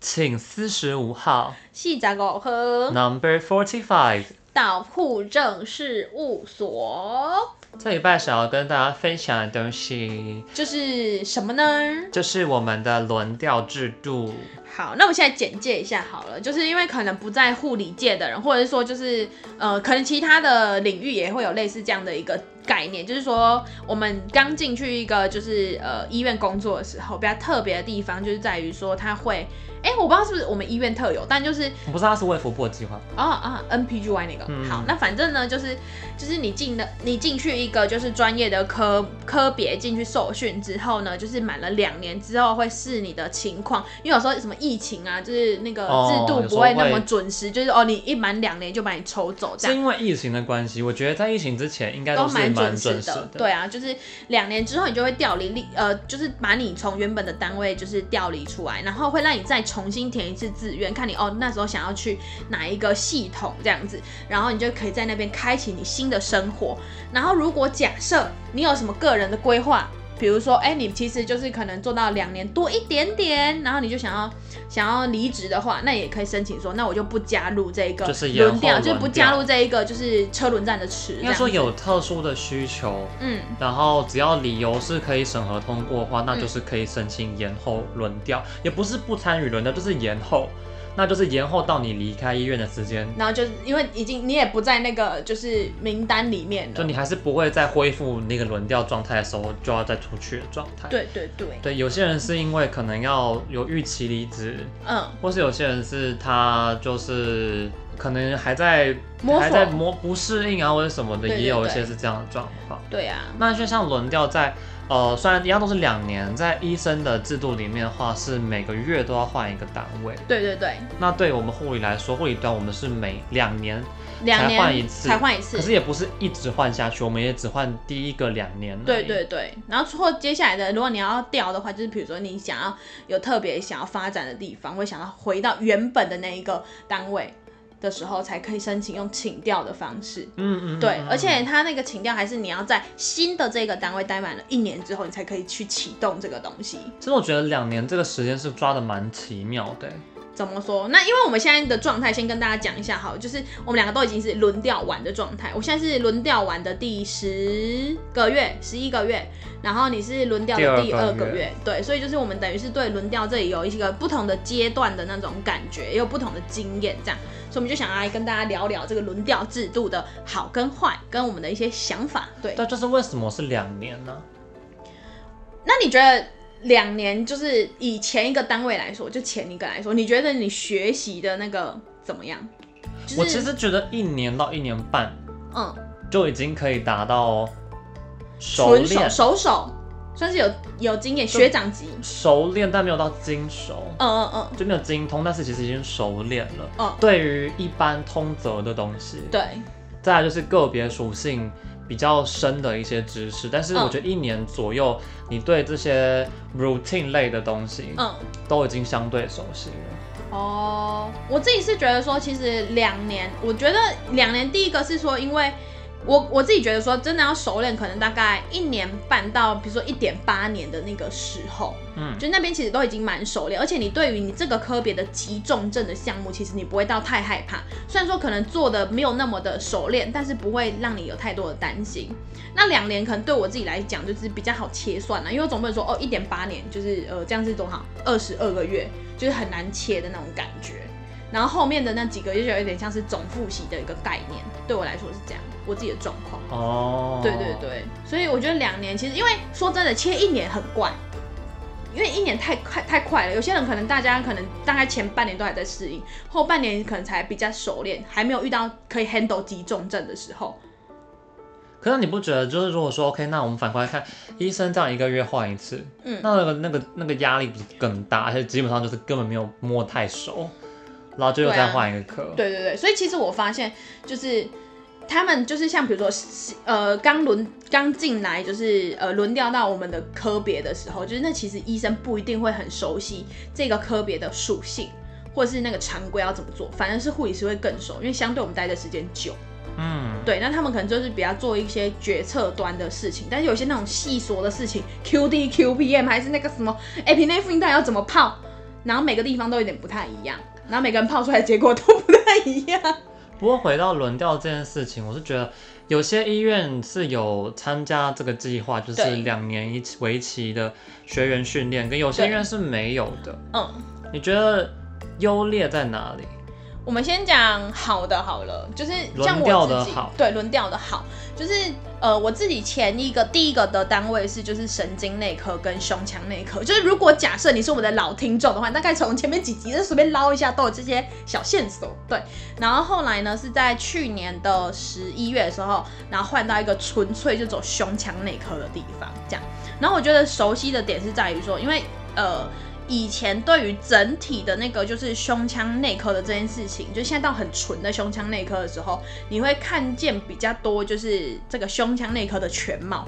请四十五号细杂狗和 Number Forty Five。到户政事务所，这礼拜想要跟大家分享的东西，就是什么呢？就是我们的轮调制度。好，那我现在简介一下好了，就是因为可能不在护理界的人，或者是说就是呃，可能其他的领域也会有类似这样的一个概念，就是说我们刚进去一个就是呃医院工作的时候，比较特别的地方就是在于说它会，哎、我不知道是不是我们医院特有，但就是我不知道是卫福部的计划，哦啊，NPGY 那个、嗯好，那反正呢，就是就是你进的，你进去一个就是专业的科科别进去受训之后呢，就是满了两年之后会视你的情况，因为有时候什么疫情啊，就是那个哦制度有时不候会那么会准时，就是哦，你一满两年就把你抽走这是样。因为疫情的关系，我觉得在疫情之前应该都是蛮蛮时准时的。对啊，就是两年之后你就会调离离呃，就是把你从原本的单位就是调离出来，然后会让你再重新填一次志愿，看你哦那时候想要去哪一个系统这样子，然后你就可以在那边开启你新的生活。然后如果假设你有什么个人的规划，比如说，哎、你其实就是可能做到两年多一点点，然后你就想要想要离职的话，那也可以申请说，那我就不加入这一个就是延后轮调，就是轮不加调入这一个就是车轮战的池。应该说有特殊的需求，嗯，然后只要理由是可以审核通过的话，那就是可以申请延后轮调，也不是不参与轮调，就是延后，那就是延后到你离开医院的时间，然后就是因为已经你也不在那个就是名单里面就了。你还是不会再恢复那个轮调状态的时候就要再出去的状态。对对对，对，有些人是因为可能要有预期离职，嗯，或是有些人是他就是可能还在摸索还在摸不适应啊或者什么的，对对也有一对些是这样的状况。对啊，那就像轮调在，呃，虽然一样都是两年，在医生的制度里面的话，是每个月都要换一个单位。对对对，那对我们护理来说，护理端我们是每两年，两年换一次才换一次可是也不是一直换下去，我们也只换第一个两年。对。对对，然后或接下来的，如果你要调的话，就是比如说你想要有特别想要发展的地方，或想要回到原本的那一个单位的时候，才可以申请用请调的方式。嗯嗯嗯。对嗯，而且它那个请调还是你要在新的这个单位待满了一年之后，你才可以去启动这个东西。其实我觉得两年这个时间是抓的蛮奇妙的欸。怎么说？那因为我们现在的状态，先跟大家讲一下好了，就是我们两个都已经是轮调完的状态。我现在是轮调完的第十个月、十一个月，然后你是轮调的第第二二个个月，月对，所以就是我们等于是对轮调这里有一个不同的阶段的那种感觉，也有不同的经验这样，所以我们就想要来跟大家聊聊这个轮调制度的好跟坏，跟我们的一些想法。对，但就是为什么是两年呢？那你觉得两年就是以前一个单位来说，就前一个来说，你觉得你学习的那个怎么样？就是、我其实觉得一年到一年半嗯，就已经可以达到熟纯手练、手手，算是有有经验，就学长级。熟练，但没有到精熟。嗯嗯嗯，就没有精通，但是其实已经熟练了。嗯对于一般通则的东西，，对，再来就是个别属性比较深的一些知识，但是嗯我觉得一年左右，你对这些 routine 类的东西，嗯。都已经相对熟悉了。哦，我自己是觉得说，其实两年，我觉得两年，第一个是说，因为我我自己觉得说，真的要熟练，可能大概一年半到，比如说一点八年的那个时候，嗯，就那边其实都已经蛮熟练，而且你对于你这个科别的急重症的项目，其实你不会到太害怕。虽然说可能做的没有那么的熟练，但是不会让你有太多的担心。那两年可能对我自己来讲就是比较好切算了，因为我总不能说哦一点八年就是呃这样是多少二十二个月，就是很难切的那种感觉。然后后面的那几个月就有点像是总复习的一个概念，对我来说是这样，我自己的状况。哦，对对，对，所以我觉得两年其实，因为说真的，切一年很怪，因为一年太快太快了。有些人可能大家可能大概前半年都还在适应，后半年可能才比较熟练，还没有遇到可以 handle 急重症的时候。可是你不觉得就是如果说 OK，那我们反过来看，医生这样一个月换一次，嗯，那那个那个那个压力不是更大，而且基本上就是根本没有摸太熟，然后就又对啊再换一个科。对对对，所以其实我发现就是。他们就是像比如说，呃，刚轮刚进来，就是呃轮调到我们的科别的时候，就是那其实医生不一定会很熟悉这个科别的属性，或是那个常规要怎么做，反而是护理师会更熟，因为相对我们待的时间久。嗯，对，那他们可能就是比较做一些决策端的事情，但是有一些那种细琐的事情，QD、QPM 还是那个什么 a p i n e p h r i n e 到底要怎么泡，然后每个地方都有点不太一样，然后每个人泡出来的结果都不太一样。不过回到轮调这件事情，我是觉得有些医院是有参加这个计划，就是对两年一为期的学员训练，跟有些医院是没有的。嗯，你觉得优劣在哪里？我们先讲好的好了，就是像轮调我的自己好对轮调的好，就是呃我自己前一个第一个的单位是就是神经内科跟胸腔内科，就是如果假设你是我们的老听众的话，大概从前面几集就随便捞一下都有这些小线索，对。然后后来呢是在去年的十一月的时候，然后换到一个纯粹就走胸腔内科的地方，这样。然后我觉得熟悉的点是在于说，因为呃，以前对于整体的那个就是胸腔内科的这件事情，就现在到很纯的胸腔内科的时候，你会看见比较多就是这个胸腔内科的全貌。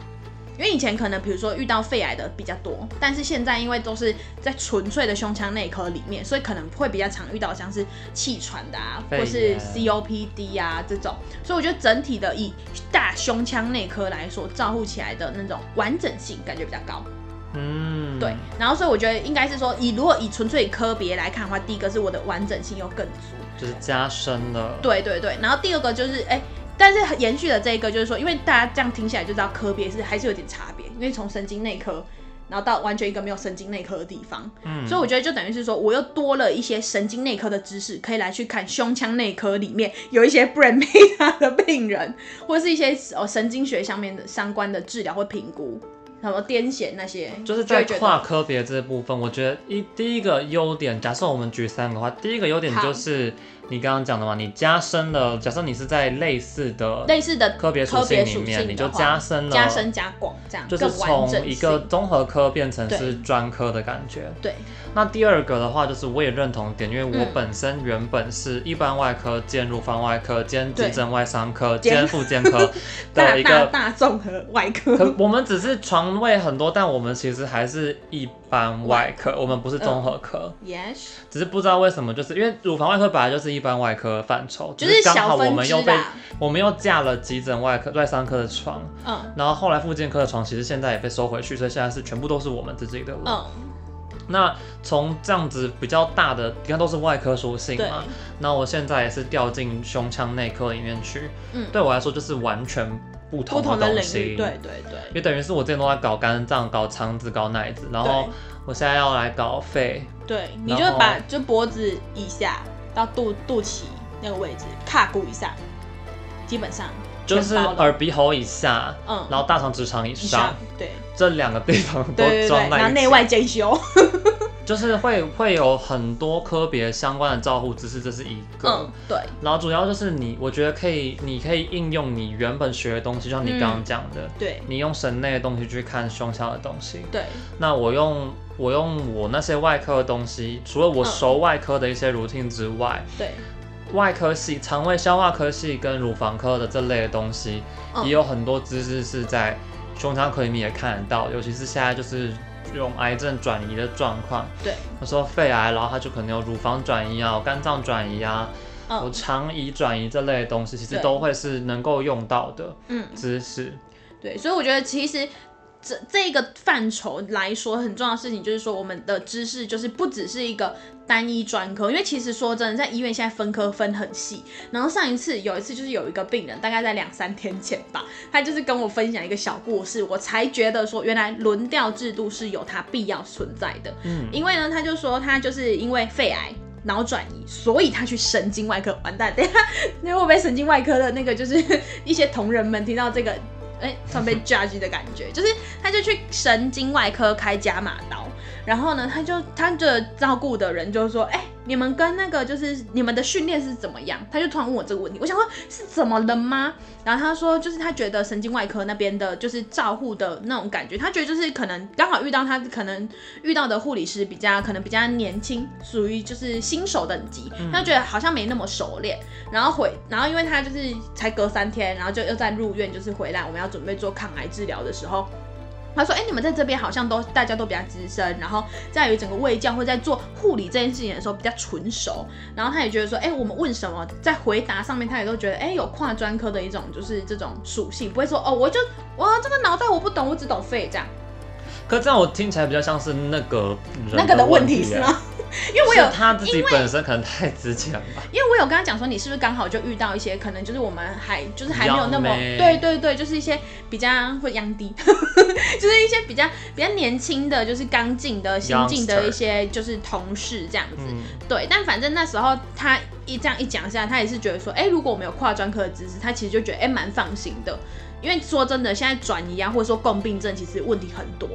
因为以前可能比如说遇到肺癌的比较多，但是现在因为都是在纯粹的胸腔内科里面，所以可能会比较常遇到像是气喘的啊，肺或是炎 COPD 啊这种。所以我觉得整体的以大胸腔内科来说，照顾起来的那种完整性感觉比较高。嗯，对，然后所以我觉得应该是说，以如果以纯粹科别来看的话，第一个是我的完整性又更足，就是加深了。，对对对，然后第二个就是哎。但是延续的这一个就是说，因为大家这样听起来就知道科别是还是有点差别，因为从神经内科，然后到完全一个没有神经内科的地方，嗯所以我觉得就等于是说，我又多了一些神经内科的知识，可以来去看胸腔内科里面有一些 brain m e t a 的病人，或是一些哦神经学上面的相关的治疗或评估，什么癫痫那些，就是就在会觉得跨科别这部分，我觉得一第一个优点，假设我们举三个的话，第一个优点好就是你刚刚讲的嘛，你加深了。假设你是在类似的类似的科别属科别性里属面，性你的就话加深了，加深加广这样，就是更完从整一个性综合科变成对是专科的感觉。对那第二个的话，就是我也认同点，因为我嗯本身原本是一般外科兼乳房外科兼对急诊外伤科兼兼附件科 大的一大个。大综合外可科，我们只是床位很多，但我们其实还是一般外科，我们不是综合嗯科， yes，只是不知道为什么，就是因为乳房外科本来就是一般外科范畴，就只是刚好小我分们支又被啦，我们又架了急诊外科外伤科的床，嗯然后后来附件科的床其实现在也被收回去，所以现在是全部都是我们自己的了。嗯，那从这样子比较大的，你看都是外科属性对，嘛，那我现在也是掉进胸腔内科里面去，嗯，对我来说就是完全不不同同的东领西，域，对，对对也等于是我之前都在搞肝脏、搞肠子、搞奶子，然后我现在要来搞肺，对，你然就会后把就脖子以下到肚肚脐那个位置，胯骨以上，基本上就是全包了耳鼻喉以下，嗯，然后大肠直肠以以上上，对这两个地方都对对对，装然后在一内起，外兼修，就是会会有很多科别相关的照护知识，这是一个。嗯，对然后主要就是你，我觉得可以，你可以应用你原本学的东西，就像你刚刚讲的，对你用神内的东西去看胸腔的东西。对那我用我用我那些外科的东西，除了我嗯熟外科的一些 routine 之外，对，外科系、肠胃消化科系跟乳房科的这类的东西，嗯也有很多知识是在胸腔科里面也看得到，尤其是现在就是。用癌症转移的状况，对，有时候肺癌，然后它就可能有乳房转移啊、有肝脏转移啊，有嗯肠移转移这类的东西，其实对都会是能够用到的嗯。知识。对，所以我觉得其实这这一个范畴来说，很重要的事情就是说，我们的知识就是不只是一个单一专科，因为其实说真的，在医院现在分科分很细。然后上一次有一次就是有一个病人，大概在两三天前吧，他就是跟我分享一个小故事，我才觉得说原来轮调制度是有它必要存在的。嗯，因为呢，他就说他就是因为肺癌。脑转移，所以他去神经外科。完蛋，等一下， 那会不会神经外科的那个就是一些同仁们听到这个，哎、突然被 judge 的感觉？就是他就去神经外科开加码刀，然后呢，他就他的照顾的人就说，哎、你们跟那个就是你们的训练是怎么样？他就突然问我这个问题，我想说是怎么了吗？然后他说，就是他觉得神经外科那边的，就是照护的那种感觉，他觉得就是可能刚好遇到他可能遇到的护理师比较可能比较年轻，属于就是新手等级，他觉得好像没那么熟练。然后回，然后因为他就是才隔三天，然后就又在入院，就是回来我们要准备做抗癌治疗的时候。他说：“哎、你们在这边好像都大家都比较资深，然后在于整个卫教或在做护理这件事情的时候比较纯熟，然后他也觉得说，哎、我们问什么，在回答上面他也都觉得，哎、有跨专科的一种就是这种属性，不会说哦，我就我这个脑袋我不懂，我只懂肺这样。可这样我听起来比较像是那个人那个的问问题啊耶是？吗？ 因为我有是他自己本身可能太值钱吧。因为我有跟他讲说，你是不是刚好就遇到一些可能就是我们还就是还没有那么比较美对对对，就是一些比较会 央低，就是一些比较比较年轻的，就是刚进的新进的 Youngster 一些就是同事这样子。嗯，对，但反正那时候他一这样一讲下来，他也是觉得说，哎、如果我们有跨专科的知识，他其实就觉得哎蛮、放心的。因为说真的，现在转移啊，或者说共病症，其实问题很多，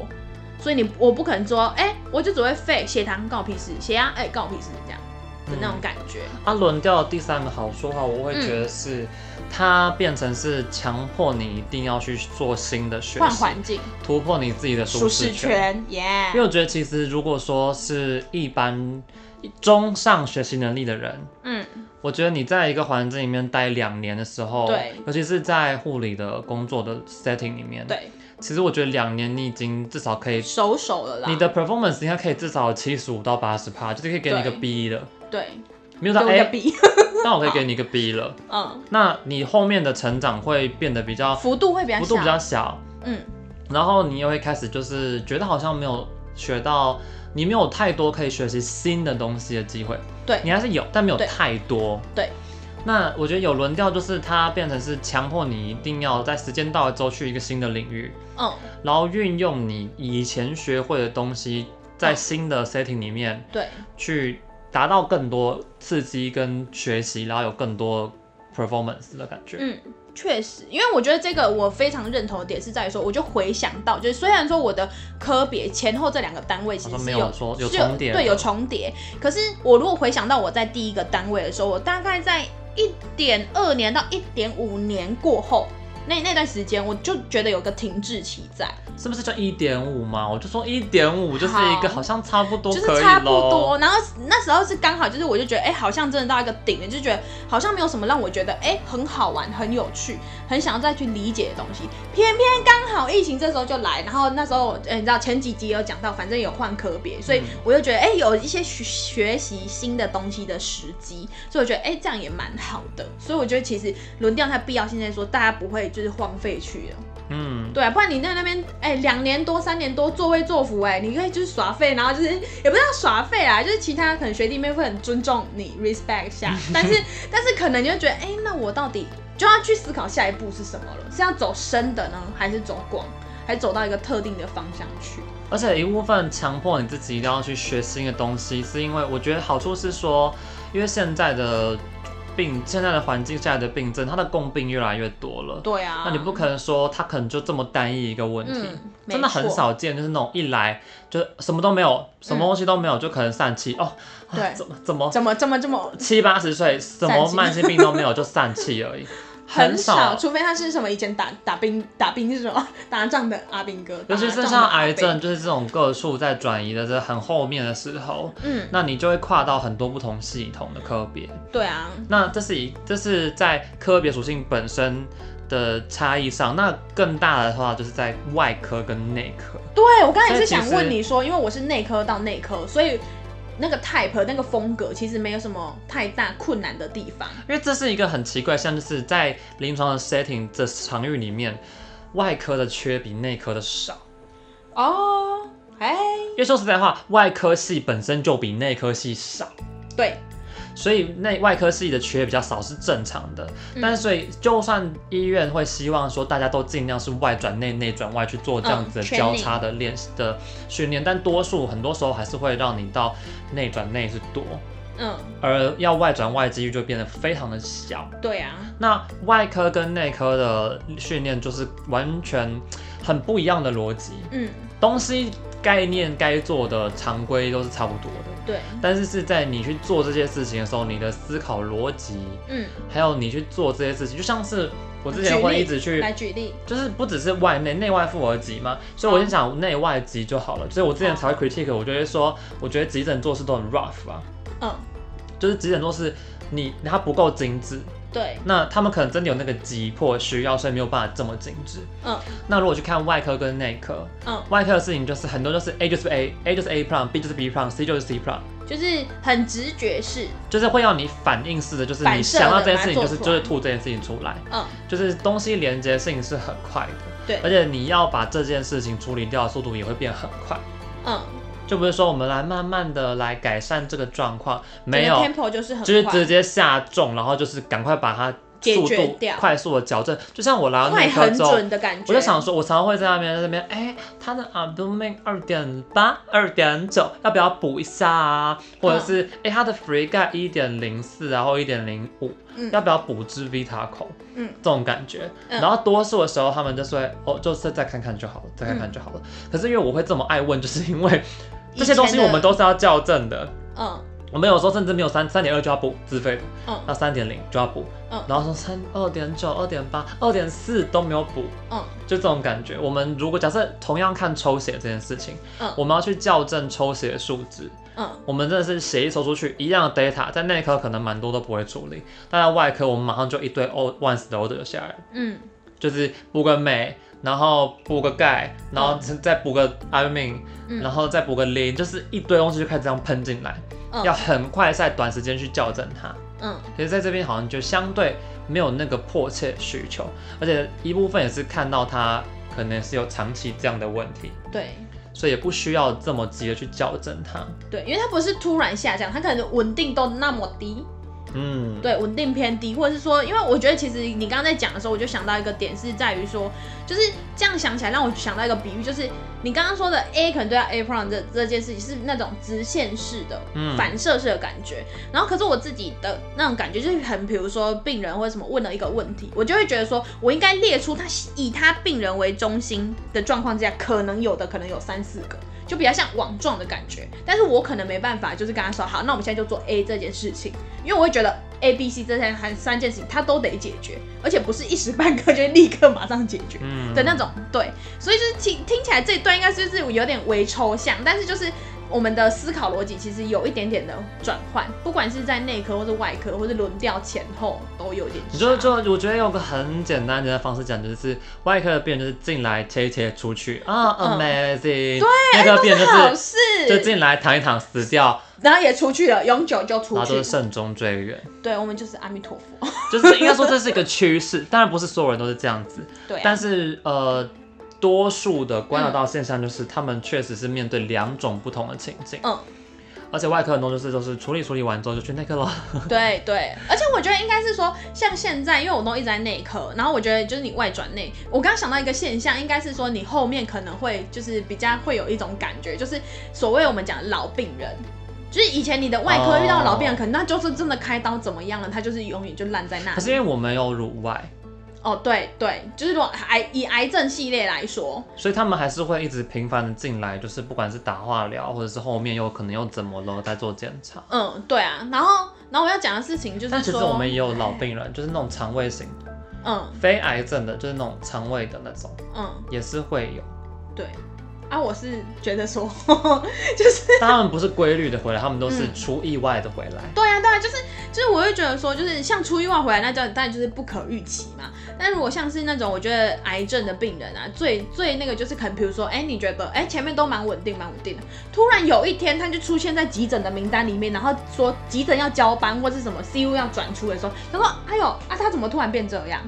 所以你我不可能说，哎、我就只会肺血糖干我屁事，血压哎干我屁事这样嗯的那种感觉。啊，轮调的第三个好说话，我会觉得是、它变成是强迫你一定要去做新的学换习，环境、突破你自己的舒舒适适圈，耶、因为我觉得其实如果说是一般中上学习能力的人，嗯，我觉得你在一个环境里面待两年的时候，对尤其是在护理的工作的 setting 里面，，对，其实我觉得两年你已经至少可以，熟手了啦。你的 performance 应该可以至少七十五到八十趴，就是可以给你一个对 B 了，对，没有给到我一个 A， B，但哎我可以给你一个 B 了。嗯，那你后面的成长会变得比较幅度会比较幅小，度比较小，嗯，然后你也会开始就是觉得好像没有学到，你没有太多可以学习新的东西的机会。对你还是有，但没有对太多。对那我觉得有轮调，就是它变成是强迫你一定要在时间到了之后去一个新的领域，嗯，然后运用你以前学会的东西，在新的 setting 里面对，去达到更多刺激跟学习，然后有更多 performance 的感觉。嗯。确实，因为我觉得这个我非常认同的点是在于说，我就回想到，就是虽然说我的科别前后这两个单位其实好像是没有说有是重叠对，的有重叠。可是我如果回想到我在第一个单位的时候，我大概在一点二年到一点五年过后，那那段时间我就觉得有个停滞期在。是不是就一点五嘛？我就说一点五就是一个好好像差不多就是可以差不咯多。然后那时候是刚好，就是我就觉得，哎、好像真的到一个顶了，就觉得好像没有什么让我觉得，哎、很好玩、很有趣、很想要再去理解的东西。偏偏刚好疫情这时候就来，然后那时候，哎、你知道前几集有讲到，反正有换科别，所以嗯我就觉得，哎、有一些学学习新的东西的时机，所以我觉得，哎、这样也蛮好的。所以我觉得其实轮调它必要性在说，大家不会就是荒废去了。嗯，对啊，不然你在那边哎两年多三年多作威作福哎、你可以就是耍废，然后就是也不是要耍废啊，就是其他可能学弟妹会很尊重你，respect 一下， 但是但是可能你就觉得哎、那我到底就要去思考下一步是什么了，是要走深的呢，还是走广，还是走到一个特定的方向去？而且一部分强迫你自己一定要去学新的东西，是因为我觉得好处是说，因为现在的病，现在的环境下的病症，它的共病越来越多了。对啊，那你不可能说它可能就这么单一一个问题，嗯，没真的很错，嗯少见，就是那种一来就什么都没有，什么东西都没有，就可能疝气哦，啊对怎么怎么怎么这么这么七八十岁什疝么气慢性病都没有就疝气而已，很少，除非他是什么以前打打兵打兵是什么 打仗的阿兵哥，尤其打是仗的像阿癌兵症，，就是这种个数在转移的这很后面的时候，嗯，那你就会跨到很多不同系统的科别。对啊，那这是一，这是在科别属性本身的差异上。那更大的话，就是在外科跟内科。对，我刚才所以是想其实问你说，因为我是内科到内科，所以那个 type 那个风格其实没有什么太大困难的地方。因为这是一个很奇怪，像就是在临床的 setting 这场域里面，外科的缺比内科的少。哦，哎，因为说实在话，外科系本身就比内科系少。对，所以内外科系的缺比较少是正常的，嗯但是所以就算医院会希望说大家都尽量是外转内、内转外去做这样子的嗯，training 交叉的练习的训练，但多数很多时候还是会让你到内转内是多，嗯，而要外转外几率就变得非常的小。对啊，那外科跟内科的训练就是完全很不一样的逻辑，嗯，东西概念该做的常规都是差不多的。对，但是是在你去做这些事情的时候，你的思考逻辑，嗯，还有你去做这些事情，就像是我之前会一直去来，举例，啊就是不只是外内内外妇儿急嘛，所以我就想内外急就好了。所以我之前才会 critique，我就会说，我觉得急诊做事都很 rough 啊，嗯，就是急诊做事你它不够精致，对，那他们可能真的有那个急迫需要，所以没有办法这么精致。嗯那如果去看外科跟内科，嗯外科的事情就是很多就是 A 就是 A，A 就是 A prime，B 就是 B prime，C 就是 C prime。就是很直觉式，就是会要你反应式的，就是你反射的想到这件事情，把就它做是出来就是吐这件事情出来，嗯，就是东西连接性是很快的，对而，且你要把这件事情处理掉的速度也会变很快，嗯，就不是说我们来慢慢的来改善这个状况，整没个有， tempo 就是很就是快，直接下重，然后就是赶快把它解速决度掉快速的矫正，就像我来到快内科很之后。准的感觉。我就想说，我常常会在那边在那边，哎、他的 abdomen 二点八、二点九，要不要补一下啊？或嗯者是，哎、他的 free guy 一点零四，然后一点零五，嗯要不要补支 vita 口？嗯这种感觉。嗯然后多数的时候，他们就说，哦，就是再看看就好了，再看看就好嗯了。可是因为我会这么爱问，就是因为这些东西我们都是要校正的。嗯我们有时候甚至没有三三点二就要补自费的，嗯那三点零就要补，嗯然后说三二点九、二点八、二点四都没有补，嗯就这种感觉。我们如果假设同样看抽血这件事情，嗯我们要去校正抽血的数值，嗯我们真的是血一抽出去一样的 data，在内科可能蛮多都不会处理，但在外科我们马上就一堆 O one 的 order 下来，嗯就是补个镁，然后补个钙，然后再补个 iron，、嗯然后再补个磷，就是一堆东西就开始这样喷进来，嗯要很快在短时间去校正它。嗯可是在这边好像就相对没有那个迫切需求，而且一部分也是看到他可能是有长期这样的问题，对所以也不需要这么急的去矫正它。对，因为它不是突然下降，它可能稳定都那么低，嗯，对，稳定偏低，或者是说，因为我觉得其实你刚刚在讲的时候，我就想到一个点是在于说，就是这样想起来让我想到一个比喻，就是你刚刚说的 A 可能对到 A prime 这这件事情是那种直线式的、嗯反射式的感觉，然后可是我自己的那种感觉就是很，比如说病人或者什么问了一个问题，我就会觉得说我应该列出他以他病人为中心的状况之下，可能有的可能有三四个。就比较像网状的感觉，但是我可能没办法，就是跟他说好，那我们现在就做 A 这件事情，因为我会觉得 A、B、C 这三还三件事情，它都得解决，而且不是一时半刻就立刻马上解决嗯的那种。对，所以就是听听起来这一段应该就是有点微抽象，但是就是我们的思考逻辑其实有一点点的转换，不管是在内科或是外科，或是轮调前后都有点差。你就就我觉得有个很简单的方式讲，就是外科的病人就是进来切一切出去啊、a 嗯 m a z i n g 对，那个病人好就是事，就进来躺一躺死掉，然后也出去了，永久就然出后都去啊是。慎终追远，对，我们就是阿弥陀佛。就是应该说这是一个趋势，当然不是所有人都是这样子，对、啊，但是呃，多数的观察到现象就是，他们确实是面对两种不同的情境。嗯，而且外科很多就是都是处理处理完之后就去内科了。对对，而且我觉得应该是说，像现在，因为我都一直在内科，然后我觉得就是你外转内，我刚刚想到一个现象，应该是说你后面可能会就是比较会有一种感觉，就是所谓我们讲老病人。就是以前你的外科遇到老病人哦可能那就是真的开刀怎么样了，他就是永远就烂在那可是里。因为我没有乳外，哦，对对，就是哎如果癌以癌症系列来说，所以他们还是会一直频繁的进来，就是不管是打化疗，或者是后面又可能又怎么了，在做检查。嗯，对啊。然后，然后我要讲的事情就是但其实说我们也有老病人，就是那种肠胃型的，嗯非癌症的，就是那种肠胃的那种，嗯，也是会有。对。啊，我是觉得说，就是但他们不是规律的回来，他们都是嗯出意外的回来。对啊，对啊，就是就是，我会觉得说，就是像出意外回来，那叫当然就是不可预期嘛。但如果像是那种我觉得癌症的病人啊，最最那个就是可能，比如说，哎，你觉得哎前面都蛮稳定，蛮稳定的，突然有一天他就出现在急诊的名单里面，然后说急诊要交班或是什么 CU 要转出的时候，他说，哎呦啊，他怎么突然变这样？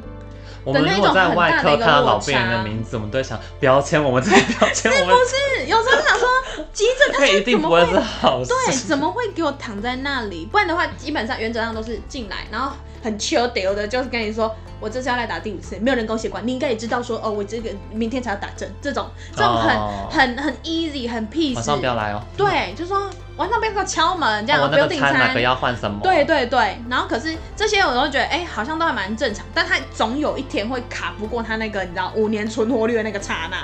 我们如果在外科看到老病人的名字，我们都会想标签，我们这个标签，我们是有时候想说 急诊他这是一定怎不么会会是好事。对，怎么会给我躺在那里？不然的话，基本上原则上都是进来，然后很 chill 丢的，就是跟你说，我这次要来打第五次，没有人工血管，你应该也知道说，哦，我这个明天才要打针，这种这种很、哦很很 easy，很 peace，晚上不要来哦。对，就说晚上不要给我敲门，这样、我不那用个订餐哪餐个。要换什么？ 对对对，然后可是这些我都觉得，哎、好像都还蛮正常，但他总有一天会卡不过他那个，你知道五年存活率的那个刹那，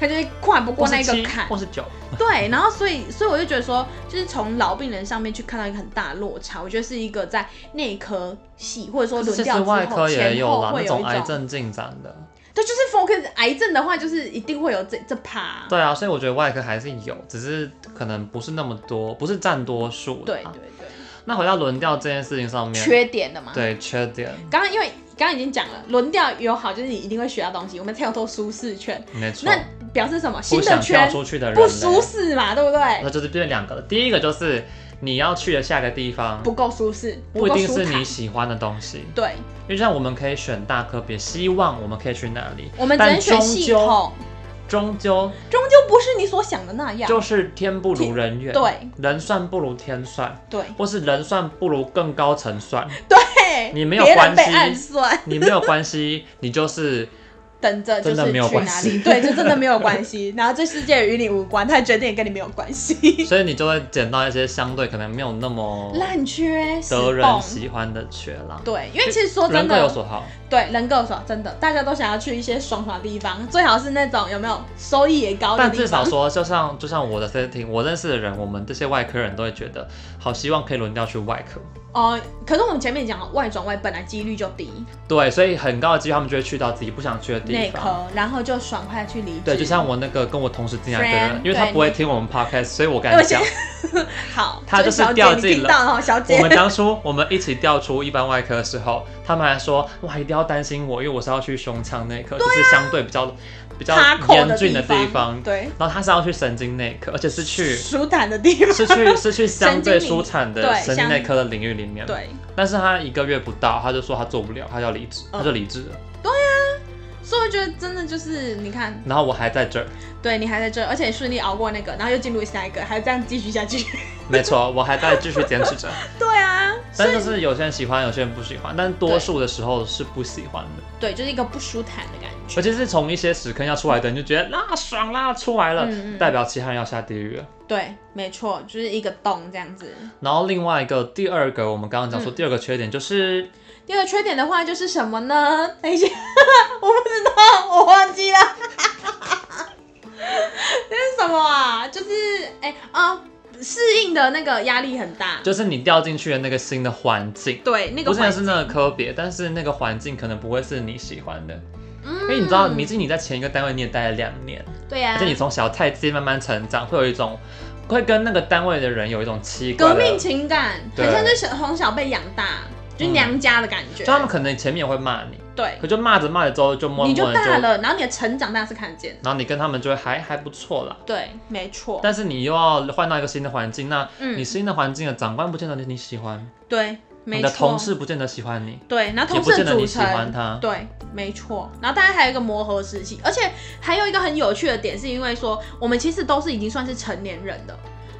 他就会跨不过我是那七，个坎。我是九，对，然后所以所以我就觉得说，就是从老病人上面去看到一个很大的落差，我觉得是一个在内科系或者说可是其轮调实之外科后也前有后啦，那会有一种癌，症进展的。对，就是 focus 癌症的话，就是一定会有这这趴、对啊，所以我觉得外科还是有，只是可能不是那么多，不是占多数。对对。对，那回到轮调这件事情上面，缺点的嘛。，对缺点，刚刚因为刚刚已经讲了，轮调有好就是你一定会学到东西，我们跳脱舒适圈，没错那。表示什么？不新的想跳圈出去的人嗯不类舒适嘛，对不对？那就是变两个了。第一个就是你要去的下个地方不够舒适，不一够定舒是坦你喜欢的东西，对，因为像我们可以选大科别，希望我们可以去哪里，我们只但能选终系究统，终究终究不是你所想的那样。就是天不如人愿，啊对，人算不如天算，对或是人算不如更高层算，对，你没有别人关被系暗算，你没有关 系，你就是等着就真的是没有去关哪系里，对，这真的没有关系。 然后这世界与你无关，他决定也跟你没有关系。所以你就会捡到一些相对可能没有那么烂缺死哦得人缝，喜欢的缺啦。对，因为其实说真人各有的，所好，对人各有所好，真的，大家都想要去一些爽爽的地方，最好是那种有没有收益也高的但地至方少。说，就像就像我的 setting，我认识的人，我们这些外科人都会觉得，好希望可以轮调去外科。哦，可是我们前面讲外转外本来几率就低，对，所以很高的几率他们就会去到自己不想去的地内方。科，然后就爽快去离职。对，就像我那个跟我同时进来的 Friend，人，因为他对不会听我们 podcast，所以我哎我敢讲，好，他这就是小姐掉你进听了到哦，小姐我们当初我们一 起调出一般外科的时候，他们还说哇一定要担心我，因为我是要去胸腔内科，就是相对比较比较插口严啊的峻的地方，对，然后他是要去神经内科，而且是 去舒坦的地方，是去是去相对神经舒领坦的对神经像内科的领域里面。。对。但是他一个月不到，他就说他做不了，他要离哦职，他就离职了。所以我觉得真的就是，你看，然后我还在这儿，对你还在这，而且顺利熬过那个，然后又进入下一个，还这样继续下去。没错，我还在继续坚持着。 对啊，但所以就是有些人喜欢，有些人不喜欢，但多数的时候是不喜欢的。对，就是一个不舒坦的感觉。而且是从一些屎坑要出来的，你就觉得啦爽啦出来了，嗯嗯代表其他人要下地狱了。对，没错，就是一个洞这样子。然后另外一个第二个，我们刚刚讲说嗯第二个缺点就是，第二个缺点的话就是什么呢？等一下， 我不知道，我忘记了。 这是什么啊？就是哎啊，适、应的那个压力很大。就是你掉进去的那个新的环境，对，那个不见得环是境，那个科别，但是那个环境可能不会是你喜欢的，因因为你知道，毕竟你在前一个单位你也待了两年，对啊呀、而且你从小菜鸡慢慢成长，会有一种会跟那个单位的人有一种奇怪革的命情感，对嗯很像是小从小被养大，就娘家的感觉。就他们可能前面也会骂你，对，可就骂着骂着之后就默你就默的大了，然后你的成长大家是看得见的。然后你跟他们就会还还不错啦。对，没错。但是你又要换到一个新的环境，那嗯你新的环境的长官不见得你喜欢，对，没你错。的同事不见得喜欢你，对，然后也同不事见得的你组喜欢成。他。对，没错。然后当然还有一个磨合时期，而且还有一个很有趣的点，是因为说我们其实都是已经算是成年人的，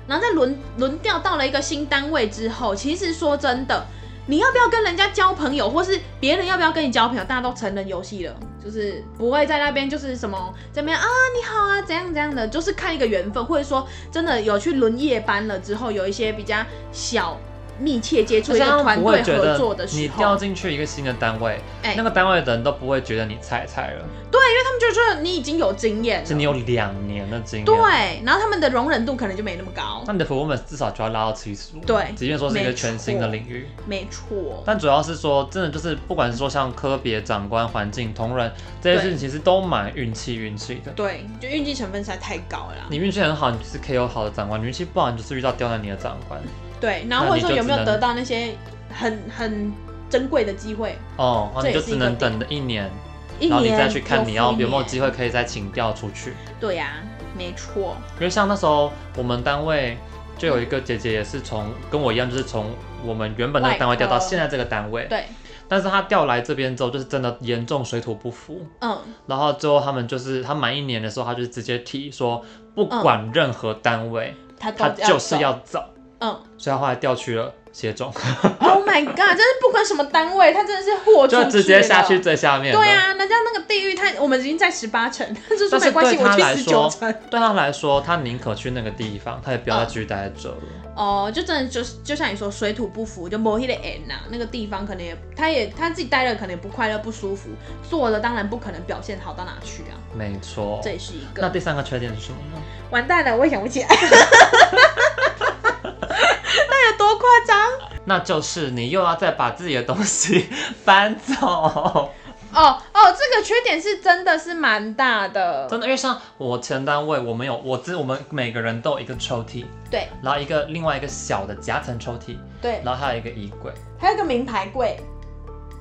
然后在轮轮调到了一个新单位之后，其实说真的，你要不要跟人家交朋友，或是别人要不要跟你交朋友，大家都成人游戏了，就是不会在那边就是什么这边啊你好啊怎样怎样的，就是看一个缘分，或者说真的有去轮夜班了之后，有一些比较小。密切接触就一是个他们团不会队觉合得作的时候，你掉进去一个新的单位，哎那个单位的人都不会觉得你菜菜了，他们就觉得你已经有经验了，是你有两年的经验，对，啊然后他们的容忍度可能就没那么高那，你的 performance 至少就要拉到七十五，对即便说是一个没错全新的领域，没错，但主要是说，真的就是不管是说像科别、长官、环境、同仁这些事情，其实都蛮运气运气的。对，就运气成分实在太高了啦，你运气很好，你就是可以有好的长官；你运气不好，你就是遇到刁难你的长官。对，然后那或你者说就有只没有能得到那些很很珍贵的机会，哦，然后这你就也是只一个能等一年，一然后你年再去看你要有没有机会，会可以再请调出去。对呀、没错，因为像那时候我们单位就有一个姐姐，也是从跟我一样，就是从我们原本那个单位调到外科现在这个单位，对，但是她调来这边之后，就是真的严重水土不服。嗯，然后最后他们就是他满一年的时候，他就直接提说，不管任何单位，他都他就是嗯走要走，嗯所以他后来调去了协总， ，Oh my God，真是不管什么单位，他真的是豁出就去直接下去了。最下面了。对啊，人家那个地狱，他我们已经在十八层， 他就说但是没关系，对他我去来十九嗯说层。对他来说，他宁可去那个地方，他也不要再继续待在这了。哦，就真的就是就像你说，水土不服，就磨黑的 end 呐，那个地方可能也，他也他自己待了，可能也不快乐、不舒服，做的当然不可能表现好到哪去啊，没错这。也是一哦那个。第三个缺点是什么呢？完蛋了，我也想 不起来，那有多夸张那就是你又要再把自己的东西 搬走。哦哦，这个缺点是真的是蛮大的，真的，因为像我前单位，我们有我知我们每个人都有一个抽屉，对然后一个另外一个小的夹层抽屉，对，然后还有一个衣柜。还有一个名牌柜，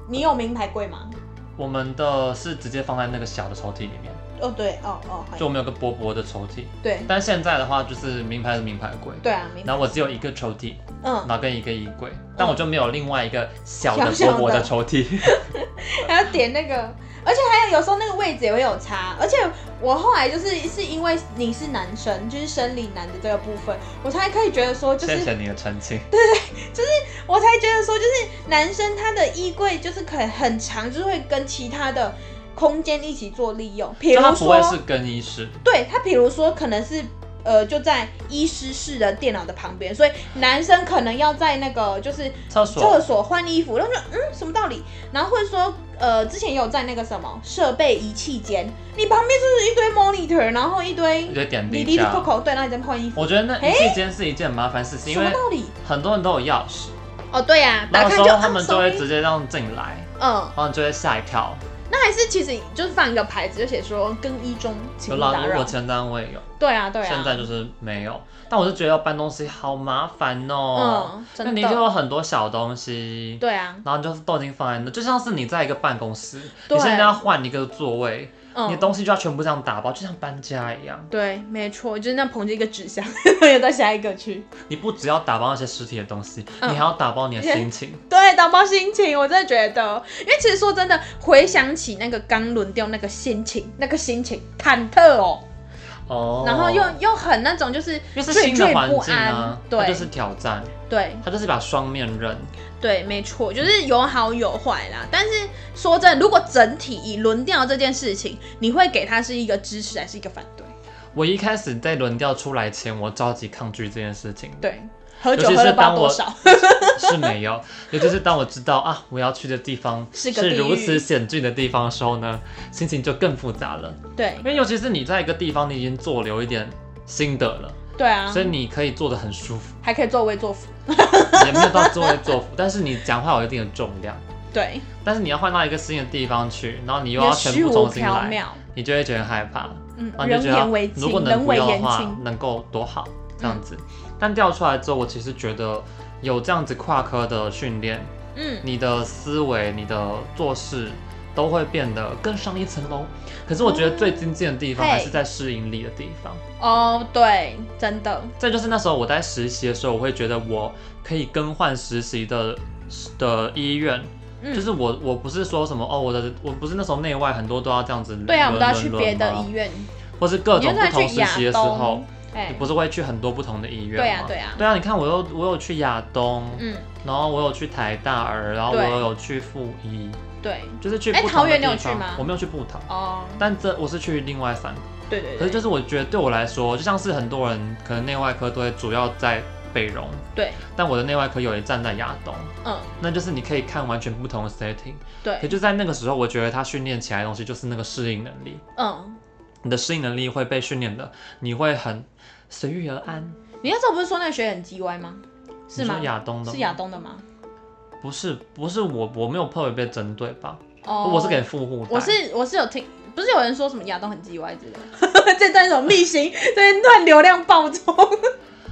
你有名牌柜吗？我们的是直接放在那个小的抽屉里面，哦哦对哦哦，好就我像们有个薄薄的抽屉，对但现在的话就是名牌是名牌柜，对啊，明白然后我只有一个抽屉，嗯然，后跟一个衣柜，但我就没有另外一个小的小小的薄薄的抽 屉。还要点那个，而且还有有时候那个位置也会有差，而且我后来就是是因为你是男生，就是生理男的这个部分，我才可以觉得说，就谢是谢你的澄清。我才觉得说，就是男生他的衣柜就是可以很长，就是会跟其他的空间一起做利用，比就如它说不会是更衣室，对他，比如说可能是呃，就在医师室的电脑的旁边，所以男生可能要在那个就是厕厕所所换衣服，然后就嗯，什么道理？然后或者说呃，之前也有在那个什么设备仪器间，你旁边就是一堆 monitor，然后一堆有点你点滴滴滴扣价。扣，对，然后你在那边换衣服，我觉得那一瞬间是一件麻烦事情，因什么为道理？很多人都有钥匙，哦，对呀、啊，那个打开时就候啊他们就会 sorry 直接这样进来，嗯，然后你就会吓一跳。那还是其实就是放一个牌子，就写说更衣中，请有勿啦，打如扰果。前单位有，对啊，对啊。现在就是没有。但我是觉得要搬东西好麻烦哦，嗯，那真你就有的。很多小东西。对啊，然后你就都已经放在那，就像是你在一个办公室，对你现在要换一个座位，你的嗯，东西就要全部这样打包，就像搬家一样。对，没错，就是那捧着一个纸箱， 又到下一个去。你不只要打包那些实体的东西，嗯你还要打包你的心情。对，打包心情，我真的觉得，因为其实说真的，回想起那个刚轮掉那个心情，那个心情忐忑哦，哦， 然后又又很那种就是因为是惴新的惴环不境安啊，，它对就是挑战，对它就是一把双面刃。对，没错，就是有好有坏啦。但是说真的，如果整体以轮调这件事情，你会给他是一个支持还是一个反对？我一开始在轮调出来前，我超级抗拒这件事情，对，喝酒尤其喝是了不知道当多我少， 是没有。尤其是当我知道啊，我要去的地方是个地狱如此险峻的地方的时候呢，心情就更复杂了。对因为尤其是你在一个地方，你已经做留一点心得了，对啊，所以你可以做的很舒服，还可以作威作福， 也没有到座位作服，但是你讲话有一定的重量。对，但是你要换到一个新的地方去，然后你你又要的全虚部无重新缥来，缈，你就会觉得很害怕。嗯然，后你人啊就觉言为得如果轻，能人不为要的言话轻，，能够多好这样子。嗯但调出来之后，我其实觉得有这样子跨科的训练，嗯，你的思维、你的做事都会变得更上一层楼。可是我觉得最精进的地方哦还是在适应力的地方。哦，对，真的，这就是那时候我在实习的时候，我会觉得我可以更换实习的的医院。嗯就是我，我不是说什么哦，我的我不是那时候内外很多都要这样子轮，对啊，我们都要轮去轮别的吗医院，或是各你种就不算同去实亚习的时候东，，哎你，不是会去很多不同的医院吗？对啊，对啊，对啊，你看我有我有去亚东，嗯，然后我有去台大儿，然后我对有去附一，对，就是去哎不同桃的园你有地去方吗我没有去布桃，哦，但这我是去另外三个。对对可对，是就是我觉得对我来说，就像是很多人可能内外科都会主要在北荣，对，但我的内外科有一站在亚东，嗯，那就是你可以看完全不同的 setting。可对，就在那个时候，我觉得他训练起来的东西就是那个适应能力，嗯，你的适应能力会被训练的，你会很随遇而安。你那时候不是说那个学姐很叽歪吗？是你说吗？亚东的是吗亚东的吗？不是不是我我没有特别被针对吧？哦，我是给富户，我是我是有听，不是有人说什么亚东很叽歪之类的， 这段什么秘辛，这段流量爆冲。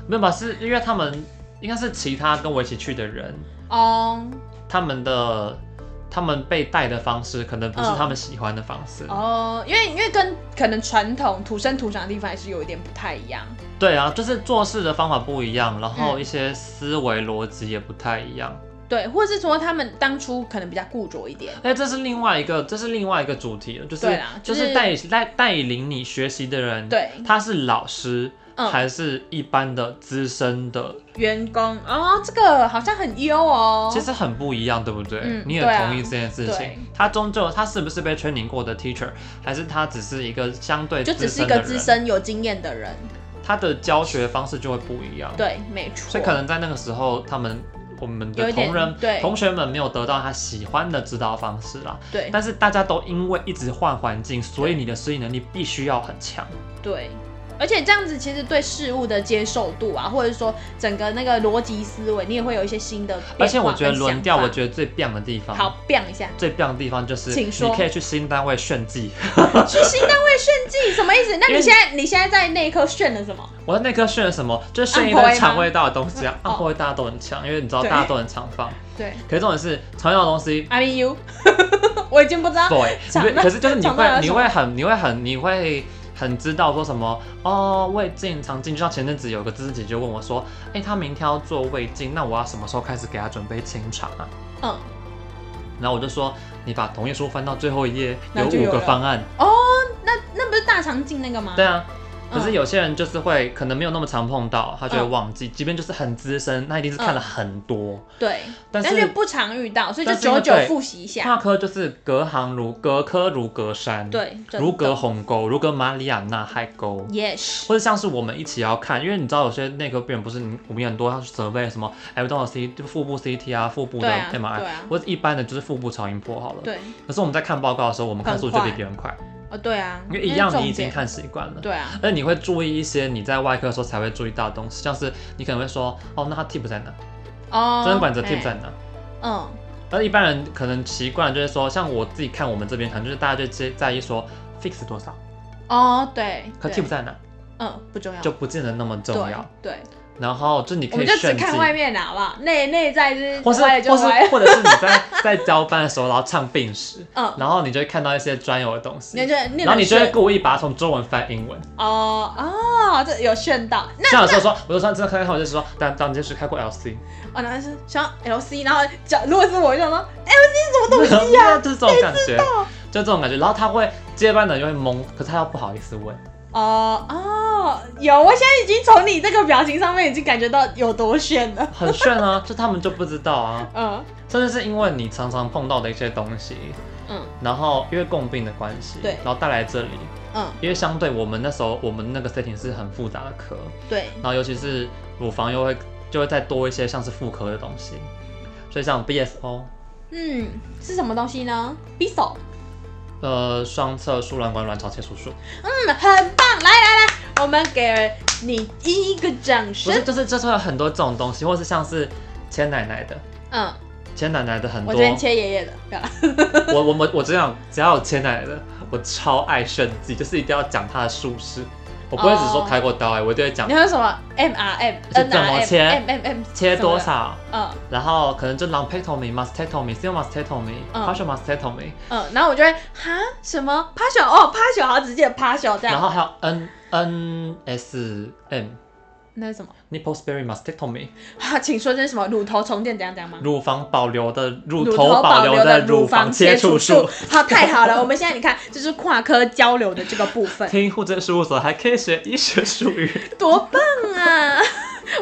没有吧？是因为他们应该是其他跟我一起去的人，哦他们的他们被带的方式可能不是嗯他们喜欢的方式。哦，因为因为跟可能传统土生土长的地方还是有一点不太一样。对啊，就是做事的方法不一样，然后嗯一些思维逻辑也不太一样。对，或者是说他们当初可能比较固着一点，哎、这是另外一个，这是另外一个主题了，就是对啦就就是是带带带领你学习的人，，对，他是老师、嗯，还是一般的资深的员工哦，这个好像很优哦，其实很不一样，对不对？嗯你也对啊同意这件事情对。他终究他是不是被 training 过的 teacher，还是他只是一个相对就只是深一个的资人？深有经验的人，他的教学方式就会不一样。，对，没错，所以可能在那个时候，他们我们有的一点同仁对同学们没有得到他喜欢的指导方式啦。对但是大家都因为一直换环境，所以你的适应能力必须要很强。对。而且这样子其实对事物的接受度啊，或者说整个那个逻辑思维，你也会有一些新的变化而且我觉得跟想轮调，法我觉得最嗯棒的地方，好，变一下，最棒的地方就是请说你可以去新单位炫技。去新单位炫技什么意思？那因你为现在你现在在内科炫了什么？我在那科炫了什么？就是炫一按堆摩吗肠胃道的东西啊，哦按破胃大家都很强，因为你知道对大家都很常放。对可是重点是肠胃道的东西， ，I mean you， 我已经 不知道。对，长可大可是就是你长大会有你什么会很你会很你会很知道说什么哦胃镜肠镜，就像前阵子有个知识姐就问我说，哎、她明天要做胃镜，那我要什么时候开始给她准备清肠啊？嗯，然后我就说，你把同意书翻到最后一页，那就五有个了啊方案。那那不是大肠镜那个吗？对啊，嗯可是有些人就是会可能没有那么常碰到，他就会嗯忘记，即便就是很资深，那一定是看了很多，对，但但是是不常遇到，所以就但是因为久久对复习一下。跨科就是隔行如隔科如隔山，，对，真如的隔鸿沟，如隔马里亚纳海沟。 Yes，或者像是我们一起要看，因为你知道有些内科病人不是你我们有很多他是责备什么 abdominal C 就腹部 CT 啊，腹部的对啊， MRI，、对啊，或者一般的就是腹部超音波好了。对，可是我们在看报告的时候，我们看很速度就比快别人快，哦，对啊，因为一样重你已经点看习惯了。对啊，而你会注意一些你在外科的时候才会注意到的东西，像是你可能会说，哦，那他 tip 在哪？哦，针管子的哎 tip 在哪？嗯，而一般人可能习惯就是说，像我自己看我们这边，可能就是大家就接在意说 fix 多少，哦，对，可对 tip 在哪嗯不重要，就不见得那么重要。对，对，然后就你我可们以就只炫技，看外面的啊好不好？内内在就是或是歪了就或是歪了，或者是你在 在交班的时候，然后唱病史， 嗯， 然后你就会看到一些专有的东西你，就然然后你就会故意把它从中文翻英文。哦哦，这有炫到，那像有时候说，我就上次看看我就说，当当你是开过 LC，哦，然后是想要 LC，然后讲如果是我就想说 LC 什么东西对呀、啊，就是这种感觉，就这种感觉。然后他会接班的人就会懵，可是他又不好意思问。哦哦，有，我现在已经从你这个表情上面已经感觉到有多炫了。很炫 啊，就他们就不知道啊，嗯甚至是因为你常常碰到的一些东西，嗯然后因为共病的关系，对然后带来这里，嗯，因为相对我们那时候我们那个 setting 是很复杂的科，对，然后尤其是乳房又会就会再多一些像是妇科的东西，所以像 BSO，嗯，是什么东西呢匕首，呃，双侧输卵管卵巢切除术，嗯，很棒，来来来，我们给你一个掌不是声。就是就是会有很多这种东西，或是像是前奶奶的。嗯，前奶奶的很多，我这边切爷爷的，啊不要啦我我我我只想只要有千奶奶的，我超爱炫技，就是一定要讲她的术式，我不会只说开过刀哎、我就会讲你还有什么 M R M 是 N 怎 R 么 M 切 M M M 切多？少，嗯然后可能就 lumpectomy、mastectomy、single mastectomy、嗯 partial mastectomy，嗯，然后我就会哈什么趴手哦，趴手，好，直接趴手这样。然后还有 N N S M。那是什么？ nipple sparing mastectomy，啊，请说这是什么？乳头重建怎样怎样吗？乳房保留的乳乳头保留留的乳乳房房切切除除术术。。好，太好了！我们现在你看，这是跨科交流的这个部分，听护证事务所还可以学医学术 语，多棒啊！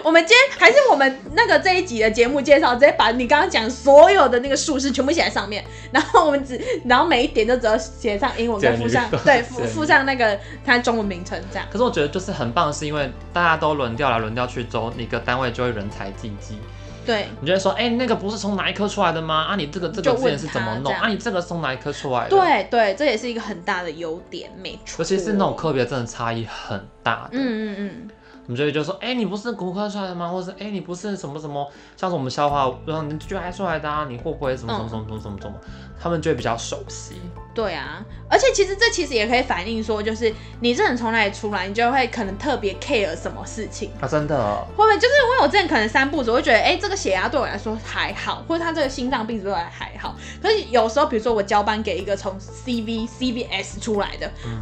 我们今天还是我们那个这一集的节目介绍，直接把你刚刚讲所有的那个术式全部写在上面，然后我们只，然后每一点就只要写上英文，跟附上简历对附简历附上那个它中文名称这样。可是我觉得就是很棒，是因为大家都轮调来轮调去之后，你个单位就会人才济济。对，你就会说，哎、那个不是从哪一科出来的吗？啊，你这个这就个问之前是怎么他这弄？样啊，你这个是从哪一科出来的？，对对，这也是一个很大的优点，没错。尤其是那种，科别真的差异很大的。嗯嗯嗯，我们就会就说，哎、你不是骨科出来的吗？或者是哎、你不是什么什么，像是我们消化，然后你就来出来的啊，你会不会什么嗯什么什么什么什么什么？他们就会比较熟悉。对啊，而且其实这其实也可以反映说，就是你这人从哪里出来，你就会可能特别 care 什么事情。啊，真的，会不会就是因为我之前可能三步走，我会觉得哎、诶这个血压对我来说还好，或者他这个心脏病对我来还好。可是有时候，比如说我交班给一个从 CV、CVS 出来的，嗯，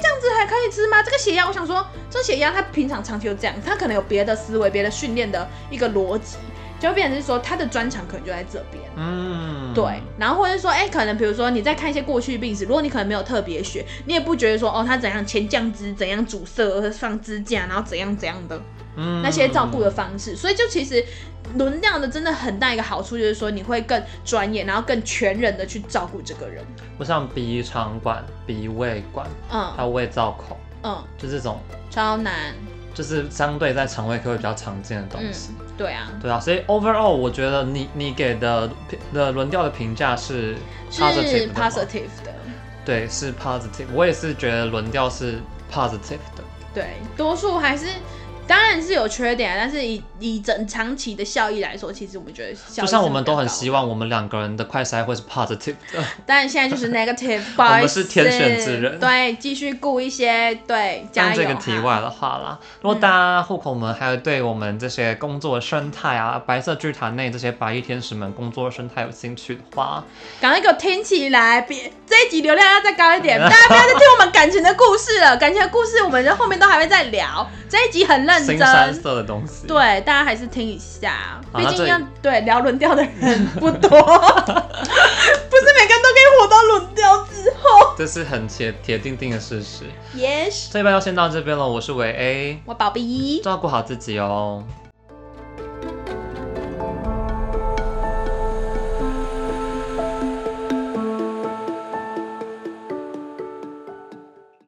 这样子还可以吃吗？这个血压，我想说，这血压他平常长期就这样，他可能有别的思维、别的训练的一个逻辑，就会变成是说他的专长可能就在这边。嗯对，然后或者说，哎、可能比如说你在看一些过去病史，如果你可能没有特别学，你也不觉得说，哦，他怎样前降脂，怎样阻塞，上支架，然后怎样怎样的，嗯那些照顾的方式，所以就其实轮调的真的很大一个好处就是说你会更专业，然后更全人的去照顾这个人。不像鼻肠管、鼻胃管，还嗯有胃造口，嗯，就这种，超难。就是相对在肠胃科会比较常见的东嗯西。，对啊，对啊，所以 overall 我觉得你你给的评的轮调的评价是是 positive 的吗 positive 的。对，是 positive。我也是觉得轮调是 positive 的。对，多数还是当然是有缺点啊，但是以以整长期的效益来说，其实我们觉得效就益像是我们比较都很高的希望我们两个人的快筛会是 positive 呃 的，但现在就 是 negative，不好意思，我们是天选之人对，继续顾一些，对，加当油。啊嗯这个题外的话啦，如果大家户口们还有对我们这些工作生态啊、白色剧团内这些白衣天使们工作生态有兴趣的话，赶快给我听起来，别这一集流量要再高一点，大家不要再听我们感情的故事了，感情的故事我们这后面都还会再聊，这一集很认新真。三色的东西，对，，大家还是听一下，好毕那这竟里要对聊轮调的人 不多，不是每个人都可以活到轮调之后。这是很铁铁定定的事实。 Yes，这一半要先到这边了，我是伟 A，我宝贝。照顾好自己哦。